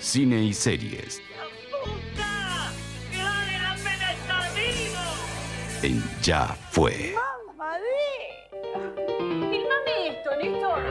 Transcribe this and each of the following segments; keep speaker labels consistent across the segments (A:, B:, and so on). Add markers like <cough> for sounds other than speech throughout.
A: cine y series
B: puta! ¡Que vale la pena estar vivo!
A: en Ya fue.
B: ¡Mamadera! Filmame esto, Néstor.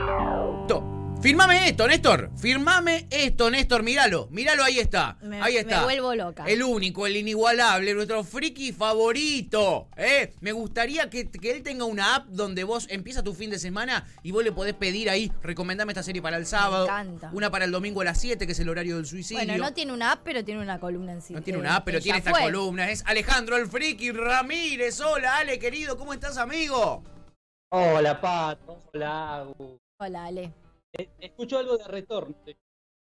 C: Esto. Firmame esto, Néstor. Firmame esto, Néstor. Míralo. Míralo, ahí está.
D: Me-
C: ahí está.
D: me vuelvo loca.
C: El único, el inigualable, nuestro friki favorito. ¿eh? Me gustaría que, que él tenga una app donde vos empieza tu fin de semana y vos le podés pedir ahí, recomendame esta serie para el sábado.
D: encanta.
C: Una para el domingo a las 7, que es el horario del suicidio.
D: Bueno, no tiene una app, pero tiene una columna en sí.
C: No tiene
D: Eh,
C: una app, pero
D: que ya
C: tiene esta
D: fue.
C: columna. Es Alejandro el Friki Ramírez. Hola, Ale, querido. ¿Cómo estás, amigo?
E: Hola, Pato. Hola, Agus.
D: Hola, Ale.
E: Eh, Escucho algo de retorno.
C: ¿Te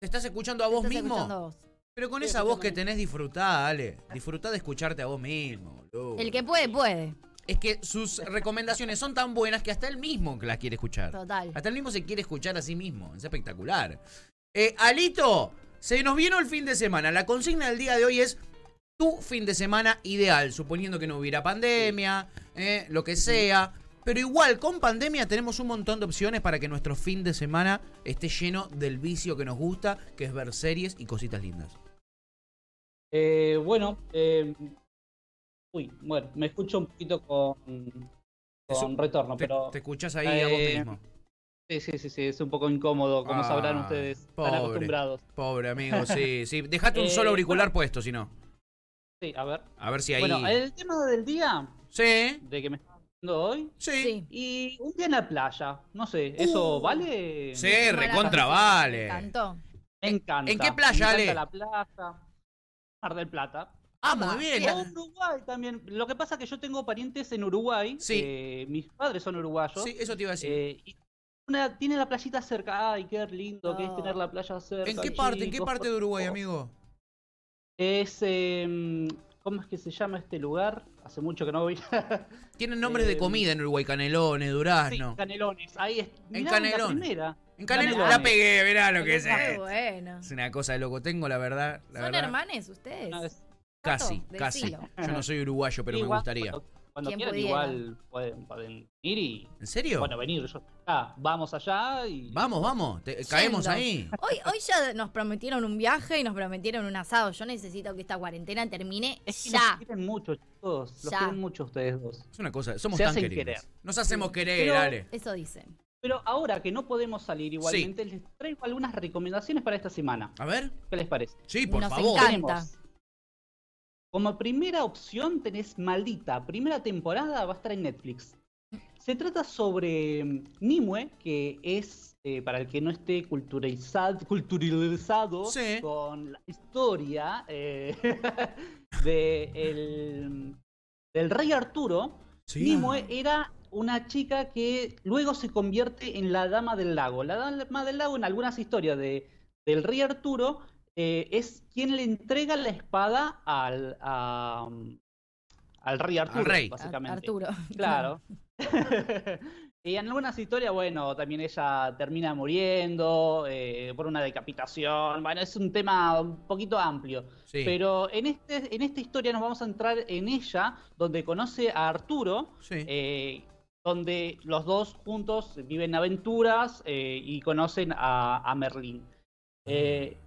C: estás escuchando a vos
D: ¿Estás
C: mismo?
D: escuchando a vos?
C: Pero con
E: Estoy
C: esa voz
E: escuchando
C: que tenés disfrutá, Ale. Disfrutá de escucharte a vos mismo, boludo.
D: El que puede, puede.
C: Es que sus recomendaciones son tan buenas que hasta él mismo las quiere escuchar.
D: Total.
C: Hasta él mismo se quiere escuchar a sí mismo. Es espectacular. Eh, Alito, se nos vino el fin de semana. La consigna del día de hoy es tu fin de semana ideal, suponiendo que no hubiera pandemia, eh, lo que sea. Pero igual, con pandemia tenemos un montón de opciones para que nuestro fin de semana esté lleno del vicio que nos gusta, que es ver series y cositas lindas.
E: Eh, bueno, eh, uy, bueno, me escucho un poquito con, con
C: Eso-
E: retorno,
C: Te,
E: pero
C: te escuchás ahí a vos
E: Eh,
C: mismo.
E: sí, sí, sí, sí, es un poco incómodo, como
C: Ah,
E: sabrán ustedes, están
C: pobre.
E: acostumbrados.
C: Pobre amigo, sí,
E: <laughs>
C: sí. Dejate un
E: Eh,
C: solo auricular puesto, si no.
E: Sí, a ver.
C: A ver si ahí.
E: Bueno, el tema del día
C: Sí,
E: de que me están viendo hoy
C: sí.
D: Sí.
E: y un día en la playa, no sé, ¿eso vale?
C: Uh. Sí, recontra
D: Me
C: vale.
D: encantó.
E: Me encanta.
C: ¿En qué playa,
E: Me
C: Ale?
E: encanta la playa, Mar del Plata.
C: Ah, muy bien.
E: O Uruguay también. Lo que pasa es que yo tengo parientes en Uruguay.
C: Sí.
E: eh, mis padres son uruguayos.
C: Sí, eso te iba a decir.
E: eh, y una- tiene la playita cerca. Ay, qué lindo que es
D: Ah.
E: tener la playa cerca.
C: ¿En qué parte? ¿En qué
E: chicos,
C: parte
E: por
C: de Uruguay,
E: favor.
C: amigo?
E: Es. eh, ¿Cómo es que se llama este lugar? Hace mucho que no voy.
C: Ah, Tienen nombres de
E: Eh,
C: comida en Uruguay, canelones,
E: <laughs> Sí,
C: durazno.
E: Canelones. Ahí es. Mirá, en
C: Canelones.
E: La primera.
C: en canelones.
E: Canelones.
C: La pegué, verá lo que es.
D: Muy bueno.
C: Es una cosa de loco. Tengo la verdad. La
D: ¿Son
C: verdad
D: hermanes ustedes?
E: Una vez-
C: Casi,
D: Tato,
C: casi.
D: decilo.
C: Yo no soy uruguayo, pero me
E: igual,
C: gustaría.
E: Cuando, cuando
D: Quien
E: quieran,
D: pudiera.
E: igual pueden, pueden ir y.
C: ¿En serio?
E: Bueno, venir. Yo, ah, vamos allá y.
C: Vamos, vamos. te- caemos
D: Yendo.
C: ahí.
D: Hoy, hoy ya nos prometieron un viaje y nos prometieron un asado. Yo necesito que esta cuarentena termine
E: Es que
D: ya.
E: Los quieren mucho, chicos. Los
D: Ya.
E: quieren mucho ustedes dos.
C: Es una cosa. Somos
E: Se
C: tan
E: hacen
C: queridos.
E: querer.
C: Nos hacemos querer,
E: Pero-
C: dale.
D: Eso dicen.
E: Pero ahora que no podemos salir igualmente, les traigo algunas recomendaciones para esta semana.
C: A ver.
E: ¿Qué les parece?
C: Sí, por
D: Nos
C: favor.
D: encanta.
E: Tenemos, Como primera opción tenés Maldita. Primera temporada va a estar en Netflix. Se trata sobre mm, Nimue, que es, eh, para el que no esté culturalizado, culturalizado
C: Sí.
E: con la historia eh, <laughs> de el- mm, del rey Arturo,
C: Sí. ah.
E: Nimue era una chica que luego se convierte en la Dama del Lago. La Dama del Lago, en algunas historias de, del rey Arturo, eh, es quien le entrega la espada al, a, um, al rey Arturo,
C: rey.
D: Ar-
E: básicamente.
D: Arturo.
E: Claro. <laughs> y en algunas historias, bueno, también ella termina muriendo eh, por una decapitación. Bueno, es un tema un poquito amplio.
C: Sí.
E: Pero en, este, en esta historia nos vamos a entrar en ella, donde conoce a Arturo,
C: sí.
E: eh, donde los dos juntos viven aventuras eh, y conocen a, a Merlín.
C: Ah,
E: Eh,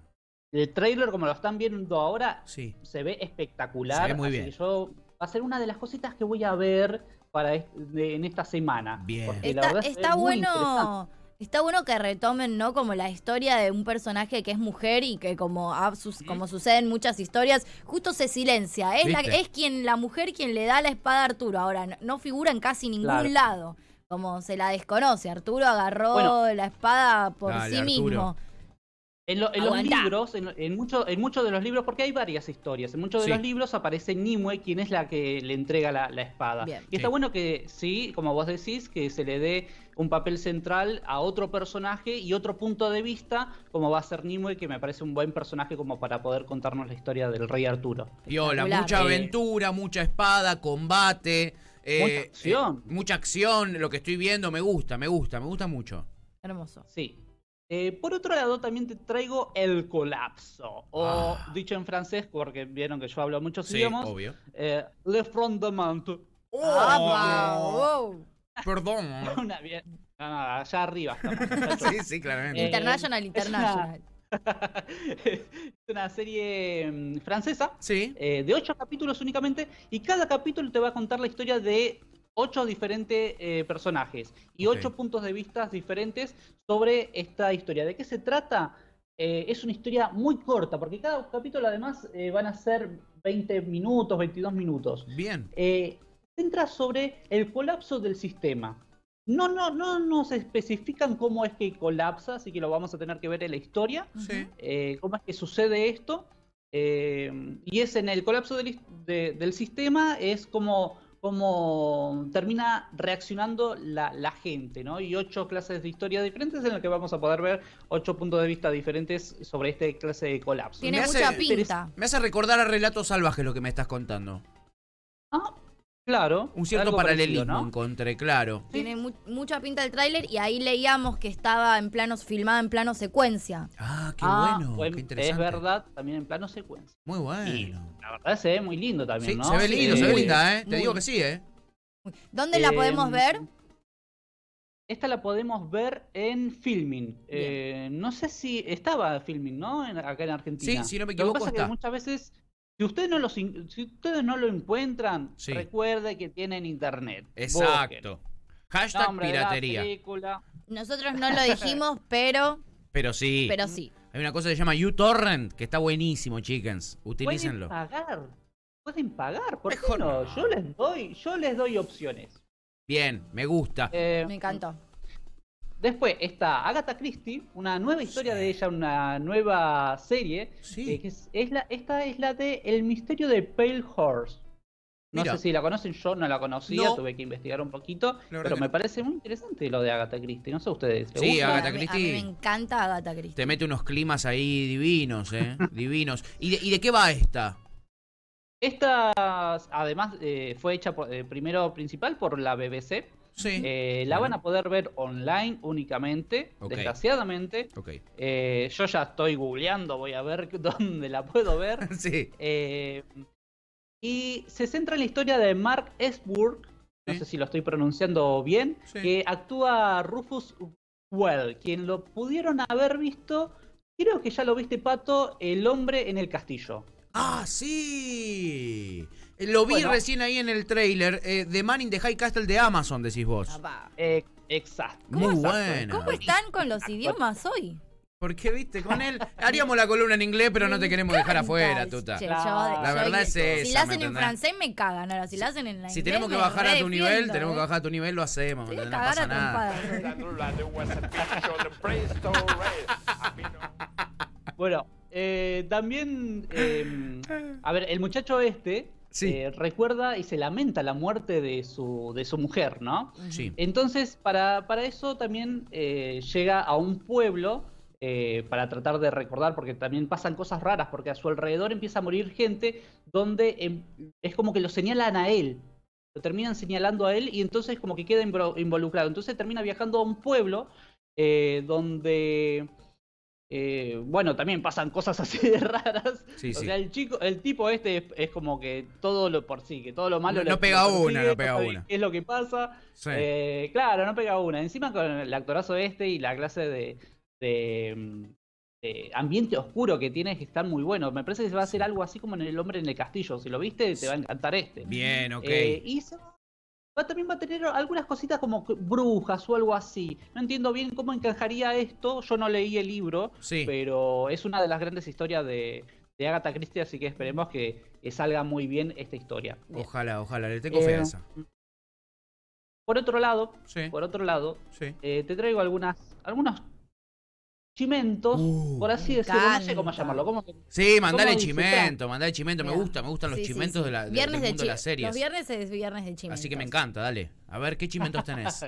E: el trailer, como lo están viendo ahora,
C: sí.
E: se ve espectacular.
C: Se ve muy
E: así
C: bien.
E: que yo va a ser una de las cositas que voy a ver para est- de- en esta semana.
C: Bien.
E: porque la
D: Está,
E: verdad se ve
D: está
E: muy interesante.
D: bueno. Está bueno que retomen, ¿no? Como la historia de un personaje que es mujer y que como, ha sus- como sucede en muchas historias, justo se silencia. Es, la,
C: ¿Viste?
D: es quien, la mujer quien le da la espada a Arturo. Ahora, no, no figura en casi ningún
E: Claro.
D: lado. Como se la desconoce. Arturo agarró
E: Bueno.
D: la espada por
C: Dale,
D: sí
C: Arturo.
D: mismo.
E: En, lo- en los
D: Aguantá.
E: libros, en, en mucho- en muchos de los libros, porque hay varias historias, en muchos de
C: Sí.
E: los libros aparece Nimue, quien es la que le entrega la, la espada.
D: Bien.
E: Y está
C: Sí.
E: bueno que, sí, como vos decís, que se le dé un papel central a otro personaje y otro punto de vista, como va a ser Nimue, que me parece un buen personaje como para poder contarnos la historia del rey Arturo.
C: Viola,
D: Espectacular.
C: mucha
E: Eh,
C: aventura, mucha espada, combate. eh,
E: Mucha acción.
C: eh, mucha acción, lo que estoy viendo me gusta, me gusta, me gusta mucho.
D: Hermoso.
E: Sí. Eh, por otro lado, también te traigo El Colapso, o
C: Ah.
E: dicho en francés, porque vieron que yo hablo muchos
C: Sí,
E: idiomas,
C: obvio.
E: eh, Le Frondement.
C: Oh.
D: Ah, wow, wow.
C: Perdón.
E: <laughs> Una bien. No, no, allá arriba. estamos, <laughs> muchachos.
C: sí, sí, claramente.
E: Eh,
D: International,
E: es
D: international.
E: es una serie mm, francesa
C: Sí.
E: eh, de ocho capítulos únicamente, y cada capítulo te va a contar la historia de ocho diferentes eh, personajes y
C: Ok.
E: ocho puntos de vista diferentes sobre esta historia. ¿De qué se trata? Eh, es una historia muy corta, porque cada capítulo además eh, van a ser 20 minutos, 22 minutos.
C: Bien.
E: Eh, centra sobre el colapso del sistema. No, no, no nos especifican cómo es que colapsa, así que lo vamos a tener que ver en la historia
C: Sí.
E: eh, cómo es que sucede esto. eh, y es en el colapso del, de- del sistema, es como, como termina reaccionando la, la gente, ¿no? Y ocho clases de historia diferentes en las que vamos a poder ver ocho puntos de vista diferentes sobre este clase de colapso.
D: Tiene
C: Me hace-
D: mucha pinta.
C: Me hace recordar a Relatos Salvajes lo que me estás contando.
E: Ah, claro.
C: Un cierto
E: algo
C: paralelismo
E: parecido, ¿no?
C: encontré, claro.
D: Tiene mu- mucha pinta el tráiler y ahí leíamos que estaba en planos filmada en plano secuencia.
C: Ah, qué
E: Ah,
C: bueno,
E: bueno,
C: qué interesante.
E: Es verdad, también en plano secuencia.
C: Muy
E: Y
C: bueno.
E: la verdad se ve muy lindo también,
C: Sí,
E: ¿no?
C: se ve lindo, se ve
E: Eh,
C: linda, ¿eh? Te
D: muy-
C: digo que sí, ¿eh?
D: ¿Dónde la podemos
E: Em,
D: ver?
E: Esta la podemos ver en Filming. Eh, no sé si estaba Filming, ¿no? En- acá en Argentina.
C: Sí, si no me
E: Lo que
C: equivoco,
E: pasa es
C: está.
E: que muchas veces, si ustedes no, los in- si ustedes no lo encuentran,
C: Sí.
E: recuerde que tienen internet.
C: Exacto.
E: Busquen.
C: Hashtag
E: Nombre de la
C: piratería.
E: película.
D: Nosotros no lo
C: <laughs>
D: dijimos, pero,
C: Pero sí.
D: pero sí.
C: Hay una cosa que se llama uTorrent, que está buenísimo, chickens. Utilícenlo.
E: Pueden pagar. Pueden pagar, ¿por qué
C: Mejor
E: no?
C: no.
E: Yo les doy, yo les doy opciones.
C: Bien, me gusta.
E: Eh,
D: Me encantó.
E: Después está Agatha Christie, una nueva historia de ella, una nueva serie.
C: Sí.
E: eh, que es, es la, esta es la de El misterio de Pale Horse. No
C: Mira.
E: sé si la conocen, yo no la conocía,
C: No.
E: tuve que investigar un poquito,
C: verdad
E: pero
C: que
E: me
C: no.
E: parece muy interesante lo de Agatha Christie. No sé ustedes. ¿les
C: Sí,
E: gusta?
C: Agatha
D: A mí- A mí,
C: Christie.
D: me encanta Agatha Christie.
C: Te mete unos climas ahí divinos,
E: <laughs>
C: ¿eh? divinos. ¿Y de, y de qué va esta?
E: Esta, además, eh, fue hecha por- eh, primero principal por la BBC.
C: Sí.
E: Eh, la van a poder ver online únicamente,
C: Ok.
E: desgraciadamente.
C: Ok. <laughs>
E: Eh, yo ya estoy googleando, voy a ver <laughs> dónde la puedo ver.
C: sí.
E: Eh, y se centra en la historia de Mark Esburg, no
C: Sí.
E: sé si lo estoy pronunciando bien,
C: Sí.
E: que actúa Rufus Well, quien lo pudieron haber visto, creo que ya lo viste, Pato, El hombre en el castillo.
C: Ah, sí. Eh, Lo vi
E: Bueno.
C: recién ahí en el trailer. eh, The Man in the High Castle de Amazon, decís vos.
D: Papá.
E: Eh, exacto.
C: Muy
E: exacto.
C: buena.
D: ¿Cómo están con los idiomas hoy?
C: Porque, viste, con él haríamos la columna en inglés, pero no te queremos dejar afuera, tuta.
D: Che, yo-
E: La
D: yo-
C: verdad es
D: Si
C: esa,
D: la
C: ¿me
D: hacen en
C: entendés?
D: francés me cagan, ahora si la hacen en la
C: Si
D: inglés,
C: tenemos que
D: me
C: bajar a tu
D: redefiendo,
C: nivel, tenemos que
D: ¿eh?
C: bajar a tu nivel, lo hacemos.
D: Te voy a
C: ¿entendés? No
D: cagar
C: pasa
D: a
C: nada.
D: trompadas, boludo.
E: Bueno, eh, también, eh, a ver, el muchacho este
C: Sí.
E: eh, recuerda y se lamenta la muerte de su, de su mujer, ¿no?
C: Sí.
E: Entonces, para, para eso también eh, llega a un pueblo eh, para tratar de recordar, porque también pasan cosas raras, porque a su alrededor empieza a morir gente donde em, es como que lo señalan a él, lo terminan señalando a él y entonces como que queda imbro- involucrado. Entonces termina viajando a un pueblo eh, donde... eh, bueno, también pasan cosas <laughs> así de raras.
C: Sí,
E: o
C: sí.
E: sea, el chico, el tipo este es, es como que todo lo por sí, que todo lo malo
C: No-
E: lo-
C: no pega
E: lo
C: una,
E: persigue,
C: no pega
E: sabe
C: una.
E: ¿Qué es lo que pasa?
C: Sí.
E: Eh, claro, no pega una. Encima con el actorazo este y la clase de, de, mm, de ambiente oscuro que tiene, que están muy buenos. Me parece que se va a hacer algo así como en El Hombre en el Castillo. Si lo viste, te va a encantar este.
C: Bien, ok.
E: Eh, y se va, va- también va a tener algunas cositas como que- brujas o algo así. No entiendo bien cómo encajaría esto. Yo no leí el libro,
C: Sí.
E: pero es una de las grandes historias de, de Agatha Christie, así que esperemos que, que salga muy bien esta historia.
C: Ojalá, ojalá. Le tengo
E: Eh,
C: fe a esa.
E: Por otro lado,
C: Sí.
E: por otro lado,
C: Sí.
E: eh, te traigo algunas, algunos chimentos,
C: Uh.
E: por así
D: Me
E: decirlo, no sé cómo
D: encanta.
E: llamarlo. ¿cómo se-
C: Sí, mandale
E: ¿Cómo disfrutar?
C: chimento, mandale chimento. Me
D: Bien.
C: gusta, me gustan los
D: Sí, sí,
C: chimentos
D: sí.
C: de la, de-
D: Viernes
C: del mundo de,
D: chi-
C: las series.
D: Los viernes es viernes de chimentos.
C: Así que me encanta, dale. A ver, ¿qué chimentos
E: <laughs>
C: tenés?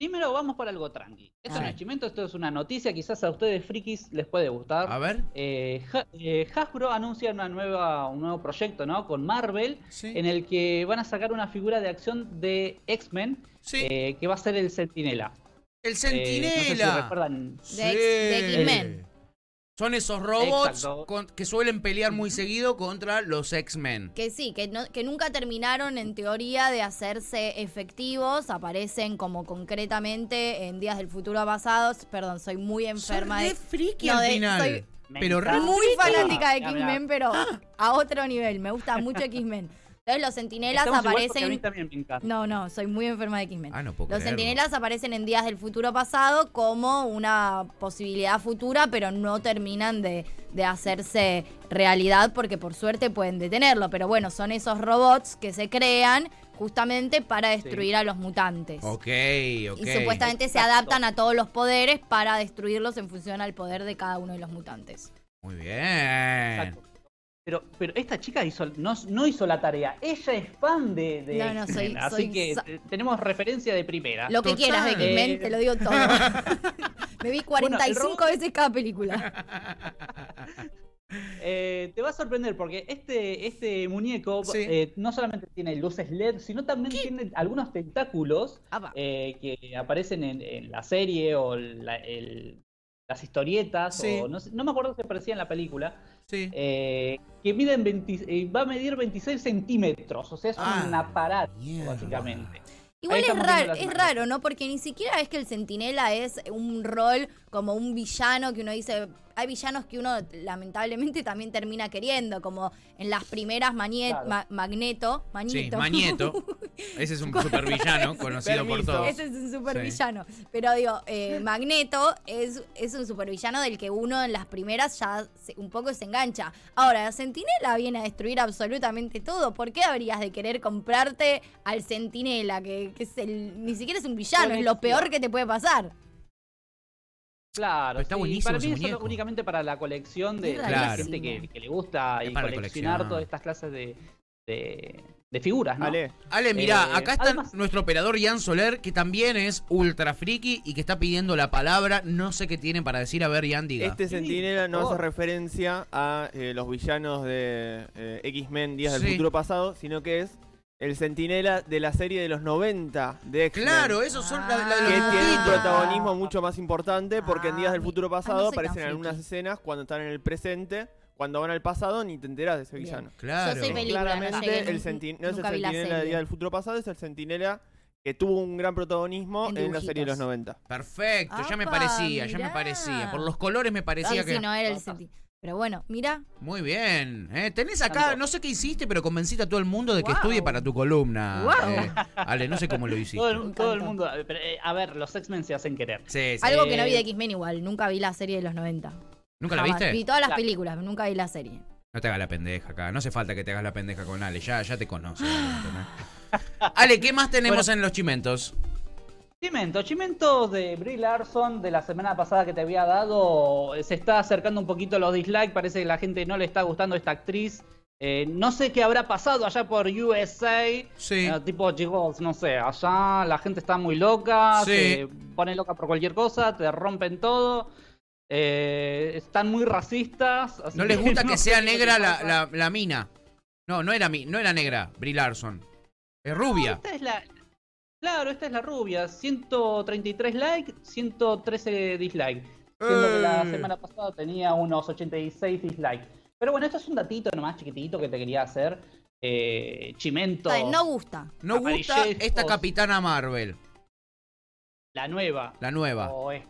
E: Primero vamos por algo tranqui. Esto
C: Ah.
E: no es chimento, esto es una noticia, quizás a ustedes frikis les puede gustar.
C: A ver.
E: Eh, Ha- eh, Hasbro anuncia una nueva, un nuevo proyecto, ¿no? Con Marvel,
C: Sí.
E: en el que van a sacar una figura de acción de X-Men,
C: Sí,
E: eh, que va a ser el Sentinela.
C: el
E: Eh, no sé si
C: Sentinela.
E: recuerdan.
D: De X- de X-Men.
C: Son esos robots
E: Exacto.
C: con- que suelen pelear muy seguido contra los X-Men.
D: Que sí, que, no- que nunca terminaron en teoría de hacerse efectivos, aparecen como concretamente en días del futuro pasados. Perdón, soy muy enferma
C: Son re
D: de...
C: friki
D: No,
C: al
D: de-
C: final.
D: soy
E: Me
C: pero re
E: encanta.
D: muy
E: Ah,
D: fanática de
E: ni hablar.
D: X-Men, pero a otro nivel. Me gusta mucho X-Men. Entonces los sentinelas
E: Estamos igual porque a mí
D: aparecen...
E: también me encanta.
D: No, no, soy muy enferma de X-Men.
C: Ah, no puedo
D: Los
C: creerlo.
D: sentinelas aparecen en días del futuro pasado como una posibilidad futura, pero no terminan de, de hacerse realidad porque por suerte pueden detenerlo. Pero bueno, son esos robots que se crean justamente para destruir a los mutantes.
C: Ok, ok.
D: Y supuestamente se
E: Exacto.
D: adaptan a todos los poderes para destruirlos en función al poder de cada uno de los mutantes.
C: Muy bien.
E: Exacto. Pero, pero esta chica hizo, no, no hizo la tarea. Ella es fan de. de
D: No, no, soy-
E: X-Men, <laughs> Así
D: soy
E: que
D: sa-
E: eh, tenemos referencia de primera.
D: Lo que
C: Total.
D: quieras de X-Men,
E: Eh.
D: te lo digo
C: <laughs>
D: todo. Me vi
E: Bueno, el
D: 45
E: robot-
D: veces cada
C: <laughs>
D: película.
E: Eh, te va a sorprender porque este, este muñeco
C: Sí.
E: eh, no solamente tiene luces LED, sino también tiene algunos tentáculos
D: Apa.
E: eh, que aparecen en, en la serie o la- el- las historietas.
C: Sí.
E: O no, sé- no me acuerdo si aparecía en la película.
C: <laughs> Sí.
E: eh, que miden 20 eh, va a medir 26 centímetros. O sea, es
C: Ah,
E: un aparato,
C: mierda.
E: básicamente.
D: Igual
E: Ahí
D: es
E: estamos viendo
D: raro,
E: las
D: es
E: imágenes.
D: raro, ¿no? Porque ni siquiera es que el centinela es un rol como un villano que uno dice. Hay villanos que uno lamentablemente también termina queriendo, como en las primeras Manie-
E: Claro.
D: Ma- Magneto.
C: Sí,
D: Magneto. <laughs>
C: Magneto. Ese es un supervillano conocido por
E: Permiso.
C: todos.
D: Ese es un supervillano. Pero digo, eh, Magneto es, es un supervillano del que uno en las primeras ya se- un poco se engancha. Ahora, la Sentinela viene a destruir absolutamente todo. ¿Por qué habrías de querer comprarte al Sentinela? Que, que es el, ni siquiera es un villano, es lo peor que te puede pasar.
E: Claro,
C: Pero está
E: sí,
C: buenísimo
E: Para
C: ese
E: mí eso
C: muñeco.
E: no- únicamente para la colección de,
D: Es
E: de la
C: rarísimo.
E: gente que, que le gusta
C: Es
E: y
C: para la
E: coleccionar
C: colección.
E: todas estas clases de, de, de figuras, ¿no?
F: Ale,
C: Ale, mirá,
E: Eh,
C: acá está
E: además-
C: nuestro operador Jan Soler, que también es ultra friki y que está pidiendo la palabra. No sé qué tienen para decir. A ver, Jan, diga.
F: este
E: Sí,
F: sentinela
E: por
F: no hace
E: favor.
F: referencia a eh, los villanos de eh, X-Men Días
C: Sí.
F: del Futuro Pasado, sino que es el sentinela de la serie de los 90 de X-Men.
C: Claro, esos son la, la de los
F: que
D: Ah.
F: tiene un
C: puntitos.
F: protagonismo mucho más importante porque en Días
D: Ah,
F: del Futuro
D: mi- ah, no
F: Pasado
D: soy tan
F: aparecen algunas
D: friki.
F: escenas cuando están en el presente, cuando van al pasado ni te enteras de ese
D: Bien.
F: villano.
C: Claro.
D: Yo soy película, no
F: Claramente
D: llegué,
F: el
D: nu-
F: sentin- no es el
D: nunca vi la
F: sentinela de
D: serie.
F: Día del Futuro Pasado, es el sentinela que tuvo un gran protagonismo
D: En
F: en, la serie de
D: dibujitos.
F: los 90.
C: Perfecto, ya me
D: Apa,
C: parecía, ya me
D: mirá.
C: parecía. Por los colores me
D: Sí,
C: parecía que.
D: sí, no era el Sentinela. Pero bueno, mira,
C: Muy bien. eh. Tenés acá,
E: Tanto.
C: no sé qué hiciste, pero convenciste a todo el mundo de que
D: Guau.
C: estudie para tu columna.
D: Guau.
C: eh. Ale, no sé cómo lo
E: Todo
C: hiciste.
E: el, todo el
D: encantó.
E: mundo. pero, eh, a ver, los X-Men se hacen querer.
C: Sí, sí.
D: algo que no vi de X-Men igual, nunca vi la serie de los 90.
C: ¿Nunca la
D: Jamás. Vi
C: viste?
D: todas las
E: La-
D: películas, pero nunca vi la serie.
C: No te hagas la pendeja acá. No hace falta que te hagas la pendeja con Ale. Ya, ya te conoce. Ale, ¿qué más tenemos en los chimentos?
E: Chimento, Chimento de Brie Larson de la semana pasada que te había dado, eh, se está acercando un poquito a los dislikes, parece que la gente no le está gustando esta actriz. Eh, no sé qué habrá pasado allá por USA.
C: Sí.
E: Eh, tipo, chicos, no sé, allá la gente está muy loca,
C: Sí.
E: se pone loca por cualquier cosa, te rompen todo. Eh, están muy racistas. así
C: No les gusta
E: <laughs> no
C: que
E: sé
C: sea
E: qué les
C: negra la,
E: pasa.
C: la- la mina. No, no era, mi- no era negra, Brie Larson. Es rubia.
E: Esta es la. Claro, esta es la rubia. 133 likes, 113 dislikes. Siendo que la
C: Eh.
E: semana pasada tenía unos 86 dislikes. Pero bueno, esto es un datito nomás chiquitito que te quería hacer. Eh, Chimento,
D: Ay, No gusta.
C: No gusta
E: Amarillejos.
C: esta capitana Marvel,
E: la nueva.
C: la nueva.
E: O es-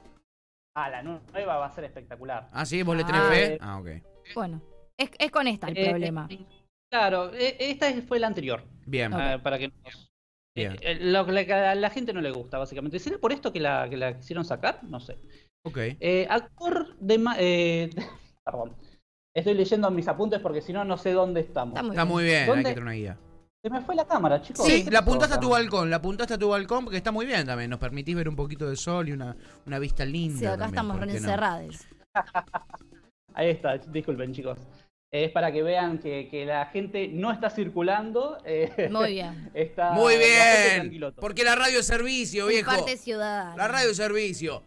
E: Ah, la nu- nueva va a ser espectacular.
C: Ah, sí, vos le tenés
D: Ah.
C: fe. Ah, ok.
D: Bueno, es, es con esta el
E: Eh,
D: problema.
E: eh, claro, eh, esta es- fue la anterior.
C: Bien.
E: Ah, para que nos-
C: Bien.
E: Eh, eh, lo que la, la gente no le gusta, básicamente. ¿Será por esto que la, que la quisieron sacar? No sé.
C: Ok.
E: Eh, actor de. ma- eh, <laughs> perdón. Estoy leyendo mis apuntes porque si no, no sé dónde estamos.
D: Está muy
C: Está muy bien, hay que
E: ¿Dónde?
C: tener una guía.
E: Se me fue la cámara, chicos.
C: Sí,
E: ¿Qué
C: la
E: pasó
C: apuntaste a
E: acá?
C: tu balcón, la apuntaste a tu balcón porque está muy bien también. Nos permitís ver un poquito de sol y una, una vista linda.
D: Sí, acá
C: también,
D: estamos
C: ¿por qué no?
D: reencerrados.
C: <laughs>
E: Ahí está, disculpen, chicos. Eh, Es para que vean que, que la gente no está circulando. eh,
D: Muy bien.
E: <laughs> está
C: Muy
E: bastante
C: bien.
E: tranquiloto.
C: Porque la radio es servicio,
D: Y
C: viejo.
D: parte ciudadana.
C: La radio
D: <laughs>
C: es servicio.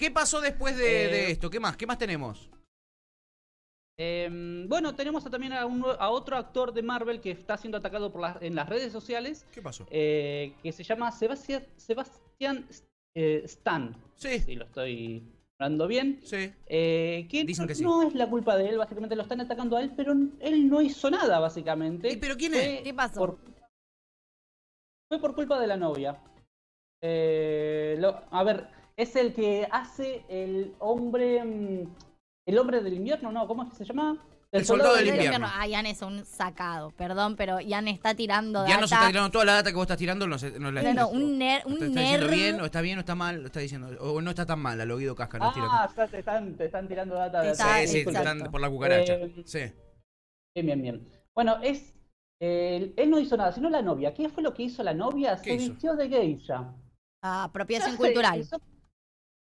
C: ¿Qué pasó después de, de
E: Eh,
C: esto? ¿Qué más? ¿Qué más tenemos?
E: Eh, bueno, tenemos también a, un- a otro actor de Marvel que está siendo atacado por las- en las redes sociales.
C: ¿Qué pasó?
E: eh, que se llama Sebastián, Sebastián eh, Stan.
C: Sí.
E: Si lo estoy hablando bien.
C: Sí.
E: Eh, que
C: Dicen
E: no,
C: que sí.
E: no es la culpa de él, básicamente lo están atacando a él, pero él no hizo nada, básicamente.
C: ¿Y pero quién es?
E: Fue
D: ¿Qué pasó?
E: por- Fue por culpa de la novia. Eh, lo- a ver, es el que hace el hombre. mm, El hombre del invierno, ¿no? ¿Cómo es que se llama?
C: El soldado del
D: Del
C: invierno.
D: invierno. Ah, Ian es un sacado, perdón, pero Ian está tirando
C: Ya nos está
D: data.
C: tirando toda la data que vos estás tirando, no, sé- no la
D: No, no, un, ner-
C: ¿Está,
D: un
C: está diciendo
D: nerd.
C: bien, o está bien, o está mal, lo está diciendo. O no está tan mal, al oído casca nos tira.
E: Ah, ya te están, te están tirando data de
D: Te está-
C: sí, sí, te
E: Disculpa.
D: exacto.
C: están por la cucaracha.
E: Eh,
C: sí.
E: Bien, bien, bien. Bueno, es. eh, él no hizo nada, sino la novia. ¿Qué fue lo que hizo la novia? Se
C: ¿Qué hizo?
E: vistió de geisha.
D: Ah,
E: Ya
D: apropiación
E: sé,
D: cultural.
E: son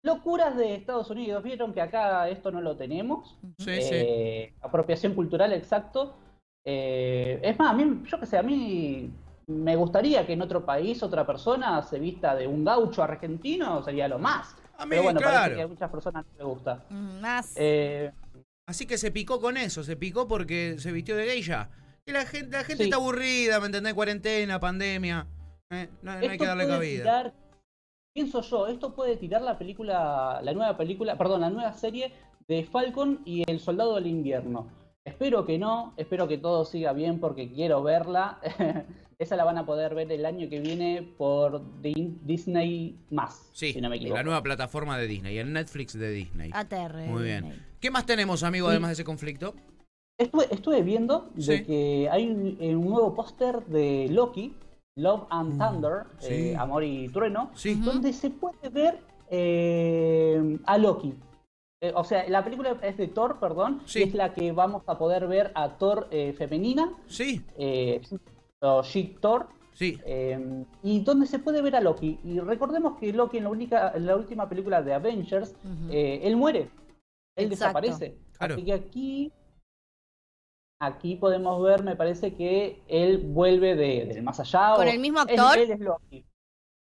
E: Locuras de Estados Unidos. Vieron que acá esto no lo tenemos.
C: Sí, sí.
E: Eh, Apropiación cultural, exacto. Eh, es más, a mí, yo qué sé, a mí me gustaría que en otro país otra persona se vista de un gaucho argentino, sería lo más.
C: A mí,
E: Pero bueno,
C: claro.
E: parece que a muchas personas no les gusta.
D: Mm, Más.
E: Eh,
C: Así que se picó con eso, se picó porque se vistió de geisha. Que la gente, la gente
E: Sí.
C: está aburrida, ¿me entendés? Cuarentena, pandemia. Eh, no, no hay
E: esto
C: que darle
E: puede
C: cabida.
E: tirar- pienso yo, esto puede tirar la película, la nueva película, perdón, la nueva serie de Falcon y El Soldado del Invierno. Espero que no, espero que todo siga bien porque quiero verla. <laughs> Esa la van a poder ver el año que viene por Di- Disney más,
C: Sí,
E: si no me equivoco. Ah.
C: la nueva plataforma de Disney, el Netflix de Disney.
D: ATR.
C: Muy bien.
D: Disney.
C: ¿Qué más tenemos, amigo,
E: Y-
C: además de ese conflicto?
E: Estuve, estuve viendo
C: Sí.
E: de que hay un, eh, un nuevo póster de Loki, Love and Thunder,
C: Mm,
E: eh,
C: sí.
E: Amor y Trueno,
C: Sí.
D: Ujú.
E: donde se puede ver eh, a Loki. Eh, o sea, la película es de Thor, perdón,
C: Sí.
E: y es la que vamos a poder ver a Thor eh, femenina,
C: Sí,
E: eh, o She-Thor,
C: sí.
E: eh, y donde se puede ver a Loki. Y recordemos que Loki en la, única, en la última película de Avengers,
D: Ujú.
E: eh, él muere, él
D: Exacto.
E: desaparece.
C: Claro.
E: Así que aquí, aquí podemos ver, me parece que él vuelve de, del más allá.
D: ¿Con
E: o-
D: el mismo
E: él-
D: actor?
E: Él, es Loki.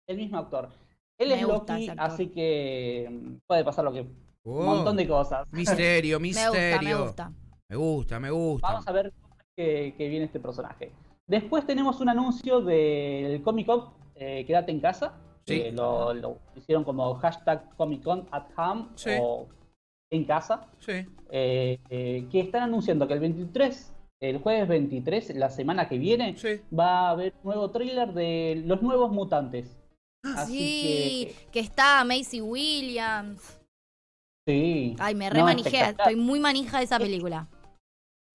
E: El mismo actor. Él
D: Me
E: es
D: gusta
E: Loki,
D: ese actor.
E: así que mm, puede pasar lo que
C: Oh,
E: un montón de cosas. <laughs>
C: Misterio,
D: Me gusta, me
C: misterio.
D: gusta.
C: Me gusta, me gusta.
E: Vamos a ver cómo es que, que viene este personaje. Después tenemos un anuncio del Comic Con, eh, Quédate en casa.
C: Sí.
E: que lo, lo hicieron como hashtag Comic Con at home
C: Sí.
E: o en casa.
C: Sí.
E: eh, eh, que están anunciando que el 23, el jueves 23, la semana que viene,
C: Sí.
E: va a haber un nuevo tráiler de Los Nuevos Mutantes.
C: Ah,
E: Así
D: Sí, que... está Macy Williams.
E: que, sí.
D: Ay, me
E: No,
D: re manijea.
E: espectacular. Eh,
D: Estoy muy manija de esa película.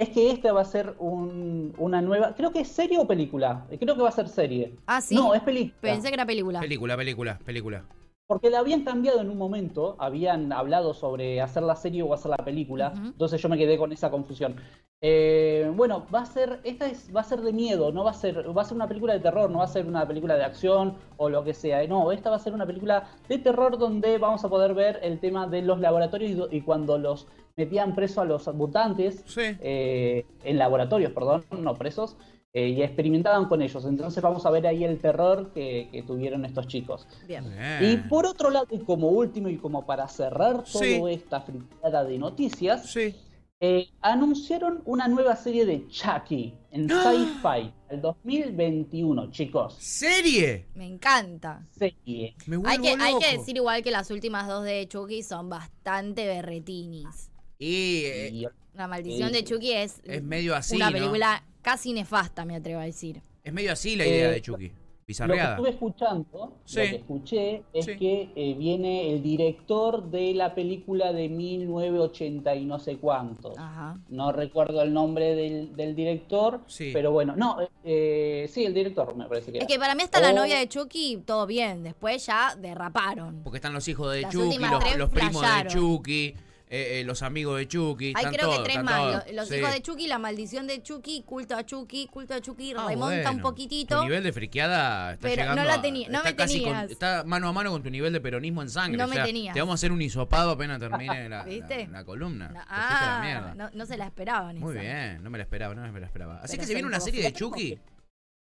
E: Es que esta va a ser un- una nueva, creo que es serie o película, creo que va a ser serie.
D: Ah, sí.
E: No, es película.
D: Pensé que era película.
C: Película, película, película.
E: Porque la habían cambiado en un momento, habían hablado sobre hacer la serie o hacer la película,
D: Ujú.
E: entonces yo me quedé con esa confusión. Eh, bueno, va a ser, esta es, va a ser de miedo, no va a ser, va a ser una película de terror, no va a ser una película de acción o lo que sea. eh, No, esta va a ser una película de terror donde vamos a poder ver el tema de los laboratorios y do- y, cuando los metían preso a los mutantes,
C: Sí.
E: eh, en laboratorios, perdón, no presos, eh, y experimentaban con ellos. Entonces vamos a ver ahí el terror que- que tuvieron estos chicos.
D: Bien.
E: Y
C: Bien.
E: por otro lado, y como último y como para cerrar
C: Sí.
E: toda esta fritada de noticias,
C: Sí.
E: eh, anunciaron una nueva serie de Chucky en
C: ¡Ah!
E: Sci-Fi al 2021, chicos.
C: ¿Serie?
D: Me encanta.
E: Serie.
C: Me vuelvo
D: Hay que, hay
C: loco.
D: que decir igual que las últimas dos de Chucky son bastante berretinis.
C: Y eh,
E: Y-
D: La maldición
E: Sí.
D: de Chucky es,
C: es medio así,
D: una
C: ¿no?
D: película casi nefasta, me atrevo a decir.
C: Es medio así la idea
E: Eh,
C: de Chucky.
E: Lo que
C: Bizarreada.
E: estuve escuchando,
C: Sí.
E: lo que escuché, es
C: Sí.
E: que eh, viene el director de la película de 1980 y no sé cuántos.
D: Ajá.
E: No recuerdo el nombre del, del director,
C: Sí.
E: pero bueno, no, eh, eh, sí, el director me parece que
D: Es
E: era.
D: que para mí hasta la
C: Oh.
E: O-
D: novia de Chucky, todo bien. Después ya derraparon.
C: Porque están los hijos de
D: Las
C: Chucky,
D: últimas
C: los,
D: tres
C: los primos de
D: flasharon.
C: Chucky, eh, eh, los amigos de Chucky.
D: Hay
C: están
D: creo
C: todos,
D: que tres
C: están
D: más.
C: todos.
D: Lo- Los
C: Sí.
D: hijos de Chucky, la maldición de Chucky, culto a Chucky, culto a Chucky,
C: Ah,
D: remonta un
C: bueno.
D: poquitito.
C: Tu nivel de friqueada está
D: Pero no
C: llegando
D: la
C: a-
D: tenía- no
C: está
D: me
C: casi con-
D: tenías.
C: está mano a mano con tu nivel de peronismo en sangre.
D: No
C: o
D: me
C: sea,
D: tenías.
C: Te vamos a hacer un hisopado apenas termine
D: <laughs>
C: la,
D: ¿Viste?
C: la- la columna.
D: No,
C: Te fuiste a la
D: ah,
C: mierda.
D: no, no se la esperaban.
C: Muy
D: esa.
C: bien, no me la esperaba, no me la esperaba. Así
D: Pero
C: que se
D: es
C: viene
D: el
C: una serie de
E: conflicto.
C: Chucky.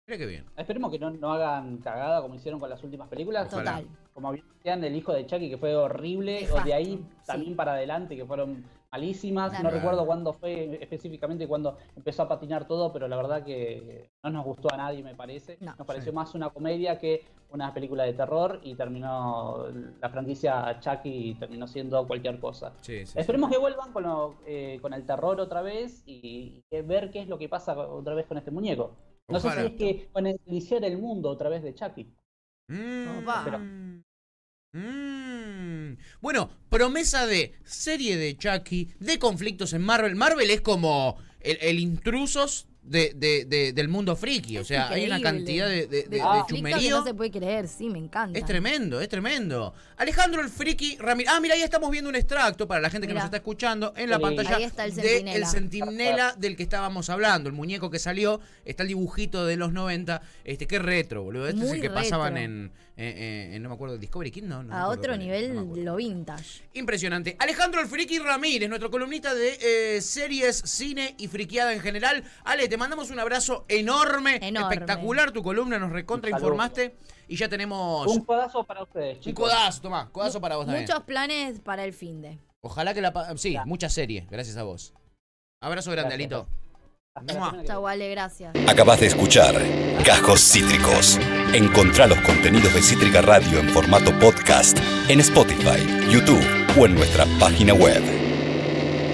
C: Mira que bien.
E: Esperemos que no, no hagan cagada como hicieron con las últimas películas.
C: Ojalá.
D: Total.
E: como bien decían, del hijo de Chucky, que fue horrible, o de ahí
D: Nefasto, sí.
E: también para adelante, que fueron malísimas. No
D: Claro.
E: recuerdo cuándo fue específicamente cuando empezó a patinar todo, pero la verdad que no nos gustó a nadie, me parece.
D: No.
E: nos pareció más una comedia que una película de terror y terminó la franquicia Chucky terminó siendo cualquier cosa.
C: Sí, sí, sí.
E: Esperemos que vuelvan con, lo- eh, con el terror otra vez y, y que ver qué es lo que pasa otra vez con este muñeco. No
C: Ojalá.
E: sé si es que van a iniciar el mundo otra vez de Chucky.
C: Mm.
D: Opa.
E: Pero-
C: Mm. Bueno, promesa de serie de Chucky, de conflictos en Marvel. Marvel es como el, el intrusos de, de- de- del mundo friki. O
D: Es
C: sea, hay una
D: increíble.
C: cantidad de, de- de- de
E: conflictos
D: Conflicto que
C: chumerío.
D: no se puede creer, sí, me encanta.
C: Es tremendo, es tremendo. Alejandro el Friki Ramírez. Ah, mira, ahí estamos viendo un extracto para la gente que
D: Mirá.
C: nos está escuchando en la
E: Sí.
C: pantalla.
D: Ahí está el
C: de
D: centinela.
C: el centinela del que estábamos hablando, el muñeco que salió. Está el dibujito de los 90. Este, qué retro, boludo. Este es
D: Muy
C: el que pasaban
D: retro.
C: en, en- en- en- No me acuerdo, Discovery Kid, no. no me
D: A
C: acuerdo
D: otro
C: cuál era,
D: nivel,
C: no me acuerdo.
D: lo vintage.
C: Impresionante. Alejandro el Friki Ramírez, nuestro columnista de eh, series, cine y friqueada en general. Ale, te mandamos un abrazo enorme.
D: Enorme.
C: Espectacular tu columna, nos recontrainformaste. Y ya tenemos
E: Un codazo para ustedes,
C: un
E: chicos.
C: codazo, tomá, codazo para vos también.
D: Muchos planes para el fin de.
C: Ojalá que la. pa- Sí, muchas series, gracias a vos. Abrazo grande,
E: Gracias.
C: Alito.
E: Hasta la semana que
D: Chau, Ale, gracias.
G: Acabas de escuchar Cajos Cítricos. Encontrá los contenidos de Cítrica Radio en formato podcast en Spotify, YouTube o en nuestra página web.